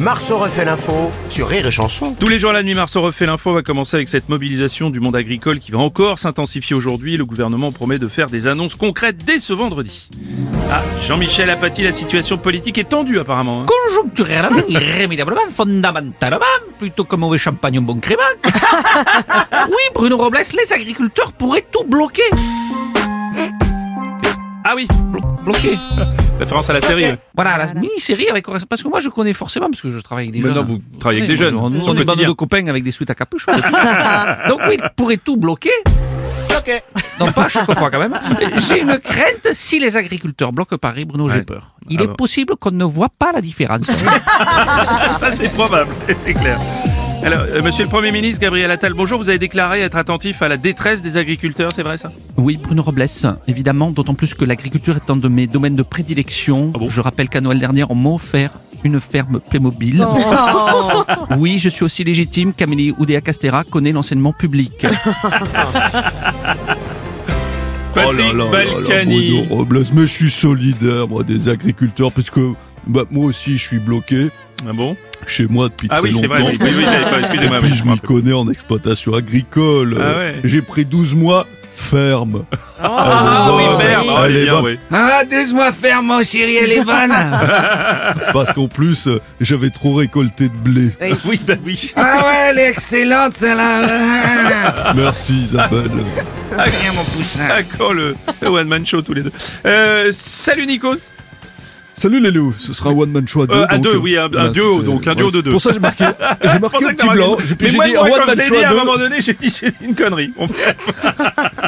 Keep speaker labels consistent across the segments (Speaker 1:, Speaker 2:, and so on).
Speaker 1: Marceau refait l'info sur Rire et Chanson.
Speaker 2: Tous les jours à la nuit, Marceau refait l'info va commencer avec cette mobilisation du monde agricole qui va encore s'intensifier aujourd'hui. Le gouvernement promet de faire des annonces concrètes dès ce vendredi. Ah, Jean-Michel Apathy, la situation politique est tendue apparemment. hein.
Speaker 3: conjoncturellement, irrémédiablement, fondamentalement, plutôt que mauvais champagne, un bon crément. oui, Bruno Robles, les agriculteurs pourraient tout bloquer.
Speaker 2: Ah oui,
Speaker 3: Blo- bloquer.
Speaker 2: référence à la série. hein.
Speaker 3: Voilà, la mini-série avec parce que moi je connais forcément parce que je travaille avec des
Speaker 2: Mais
Speaker 3: jeunes. hein.
Speaker 2: non, vous travaillez avec
Speaker 3: Oui,
Speaker 2: des jeunes,
Speaker 3: moi, je-
Speaker 2: c'est
Speaker 3: Nous,
Speaker 2: son
Speaker 3: on est bande
Speaker 2: quotidien.
Speaker 3: de copains avec des suites à capuche. hein, Donc oui, ils pourraient tout bloquer.
Speaker 1: Ok.
Speaker 3: Non, pas à chaque fois quand même. J'ai une crainte, si les agriculteurs bloquent Paris, Bruno, j'ai
Speaker 2: Ouais.
Speaker 3: peur. Il
Speaker 2: Ah
Speaker 3: est
Speaker 2: bon.
Speaker 3: possible qu'on ne voit pas la différence.
Speaker 2: Ça c'est probable, et c'est clair. Alors, euh, monsieur le Premier ministre Gabriel Attal, bonjour, vous avez déclaré être attentif à la détresse des agriculteurs, c'est vrai ça
Speaker 3: Oui, Bruno Robles, évidemment, d'autant plus que l'agriculture est un de mes domaines de prédilection.
Speaker 2: Ah bon
Speaker 3: je rappelle qu'à Noël dernier, on m'a offert une ferme Playmobil. Oui, je suis aussi légitime qu'Amélie Oudéa Castera connaît l'enseignement public.
Speaker 2: Patrick Balkany.
Speaker 4: Bruno Robles, mais je suis solidaire, moi, des agriculteurs, parce que bah, moi aussi, je suis bloqué
Speaker 2: Ah bon
Speaker 4: chez moi depuis
Speaker 2: Ah
Speaker 4: très
Speaker 2: oui, c'est
Speaker 4: longtemps.
Speaker 2: vrai, oui, oui, oui, j'avais pas-
Speaker 4: Et
Speaker 2: excusez-moi.
Speaker 4: puis,
Speaker 2: oui,
Speaker 4: je
Speaker 2: me
Speaker 4: m'y
Speaker 2: rappelle.
Speaker 4: connais en exploitation agricole.
Speaker 2: Ah
Speaker 4: Euh,
Speaker 2: ouais.
Speaker 4: J'ai pris 12 mois ferme.
Speaker 2: Ah oui, ferme, ah,
Speaker 4: Allez,
Speaker 2: bien,
Speaker 4: va.
Speaker 2: oui.
Speaker 3: Ah, deux mois ferme, mon chéri, elle est bonne. Ah
Speaker 4: Parce qu'en plus, euh, j'avais trop récolté de blé.
Speaker 2: Oui, bah oui.
Speaker 3: ouais, elle est excellente, celle-là.
Speaker 4: Merci, Isabelle.
Speaker 3: Rien, mon poussin.
Speaker 2: Ah, quand le, le One Man Show tous les deux. Euh, salut Nikos.
Speaker 4: Salut les loups, ce sera un one-man show à deux.
Speaker 2: Euh, à
Speaker 4: donc,
Speaker 2: deux,
Speaker 4: euh,
Speaker 2: oui, un- un
Speaker 4: voilà,
Speaker 2: duo,
Speaker 4: c'était-
Speaker 2: donc un duo de deux.
Speaker 4: Pour ça, j'ai marqué, j'ai
Speaker 2: Pensais
Speaker 4: marqué un
Speaker 2: que t'as
Speaker 4: petit blanc.
Speaker 2: raconté.
Speaker 4: J'ai
Speaker 2: Mais
Speaker 4: puis j'ai
Speaker 2: moi,
Speaker 4: dit un
Speaker 2: moi, quand je
Speaker 4: one-man
Speaker 2: l'ai
Speaker 4: show
Speaker 2: dit, à
Speaker 4: à
Speaker 2: un
Speaker 4: deux
Speaker 2: moment donné, j'ai dit j'ai dit une connerie. On-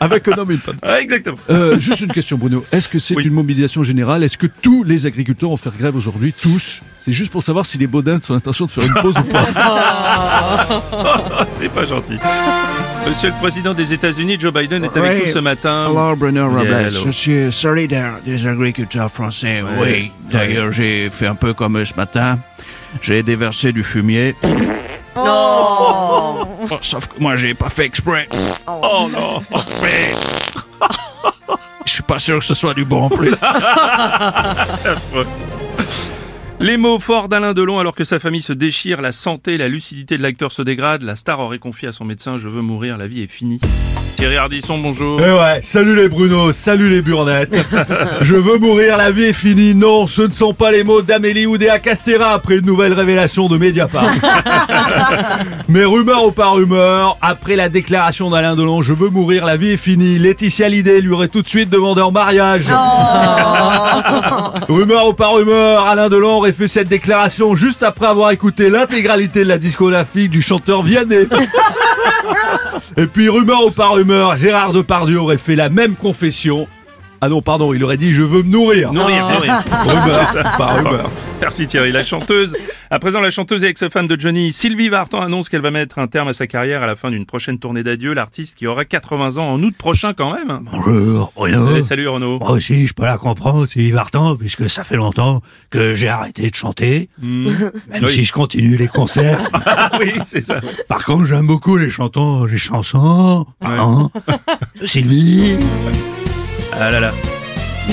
Speaker 4: avec un homme et une femme.
Speaker 2: Ah, exactement.
Speaker 4: Euh, juste une question, Bruno. Est-ce que c'est
Speaker 2: Oui.
Speaker 4: une mobilisation générale Est-ce que tous les agriculteurs vont faire grève aujourd'hui Tous C'est juste pour savoir si les Baudins sont l'intention de faire une pause ou pas.
Speaker 2: Ah, C'est pas gentil. Monsieur le président des États-Unis, Joe Biden est avec
Speaker 5: Oui.
Speaker 2: nous ce matin.
Speaker 5: Alors, Bruno Robles,
Speaker 2: Yeah, hello.
Speaker 5: je suis solidaire des agriculteurs français, oui. D'ailleurs, j'ai fait un peu comme eux ce matin. J'ai déversé du fumier. Non Sauf que moi, j'ai pas fait exprès.
Speaker 2: Oh non.
Speaker 5: Mais- Je suis pas sûr que ce soit du bon en plus.
Speaker 2: Les mots forts d'Alain Delon alors que sa famille se déchire, la santé, la lucidité de l'acteur se dégrade, la star aurait confié à son médecin Je veux mourir, la vie est finie. Thierry Ardisson, bonjour.
Speaker 5: Euh.
Speaker 4: Eh ouais, salut les Bruno, salut les Burnettes. Je veux mourir, la vie est finie. Non, ce ne sont pas les mots d'Amélie Oudéa Castera après une nouvelle révélation de Mediapart. Mais rumeur ou pas rumeur, après la déclaration d'Alain Delon, je veux mourir, la vie est finie, Laetitia Lidé lui aurait tout de suite demandé en mariage. rumeur ou pas rumeur, Alain Delon aurait fait cette déclaration juste après avoir écouté l'intégralité de la discographie du chanteur Vianney. Et puis, rumeur ou pas rumeur, Gérard Depardieu aurait fait la même confession. Ah non, pardon, il aurait dit je veux me nourrir. Ah.
Speaker 2: Nourrir, nourrir.
Speaker 4: Rumeur, pas rumeur.
Speaker 2: Ah, Merci Thierry. La chanteuse, à présent la chanteuse et ex-femme de Johnny, Sylvie Vartan annonce qu'elle va mettre un terme à sa carrière à la fin d'une prochaine tournée d'adieu. L'artiste qui aura 80 ans en août prochain quand même.
Speaker 4: Oh.
Speaker 6: Bonjour, Bruno.
Speaker 2: Allez, salut Renaud.
Speaker 6: Moi aussi, je peux la comprendre, Sylvie Vartan, puisque ça fait longtemps que j'ai arrêté de chanter, même
Speaker 2: Oui.
Speaker 6: si je continue les concerts.
Speaker 2: Hmm. Ah oui, c'est ça.
Speaker 6: Par contre, j'aime beaucoup les chantants, les chansons, hein, de Sylvie,
Speaker 2: Ah là là.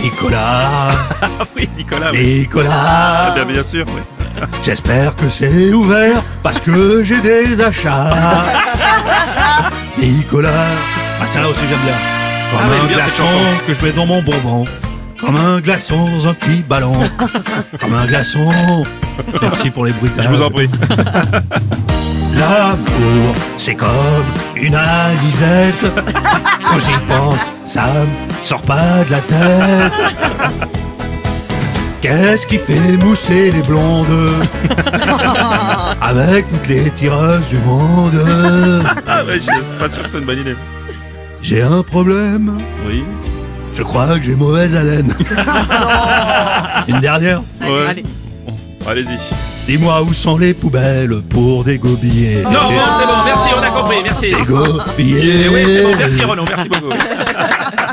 Speaker 6: Nicolas,
Speaker 2: Ah oui, Nicolas. oui. Ah,
Speaker 6: Nicolas.
Speaker 2: bien, bien sûr. oui.
Speaker 6: J'espère que c'est ouvert, parce que j'ai des achats. Nicolas. Ah, ça aussi, j'aime bien. Comme
Speaker 2: Ah, mais
Speaker 6: un
Speaker 2: bien, cette
Speaker 6: glaçon
Speaker 2: chanson.
Speaker 6: que je mets dans mon bonbon. Comme un glaçon dans un petit ballon. Comme un glaçon. Merci pour les bruitages.
Speaker 4: Ah
Speaker 2: Je vous en prie.
Speaker 6: L'amour, c'est comme une alisette. Quand j'y pense, ça me sort pas de la tête. Qu'est-ce qui fait mousser les blondes Avec toutes les tireuses du monde.
Speaker 2: Ah ouais, je suis pas sûr que c'est une bonne idée.
Speaker 6: J'ai un problème.
Speaker 2: Oui.
Speaker 6: Je crois que j'ai mauvaise haleine. Une dernière.
Speaker 2: Ouais. Bon, Allez-y.
Speaker 6: Dis-moi où sont les poubelles pour dégobiller.
Speaker 2: Non, bon, c'est bon. Merci, on a compris. Merci.
Speaker 6: Dégobiller.
Speaker 2: Oui, c'est bon. Merci Renaud. Merci beaucoup.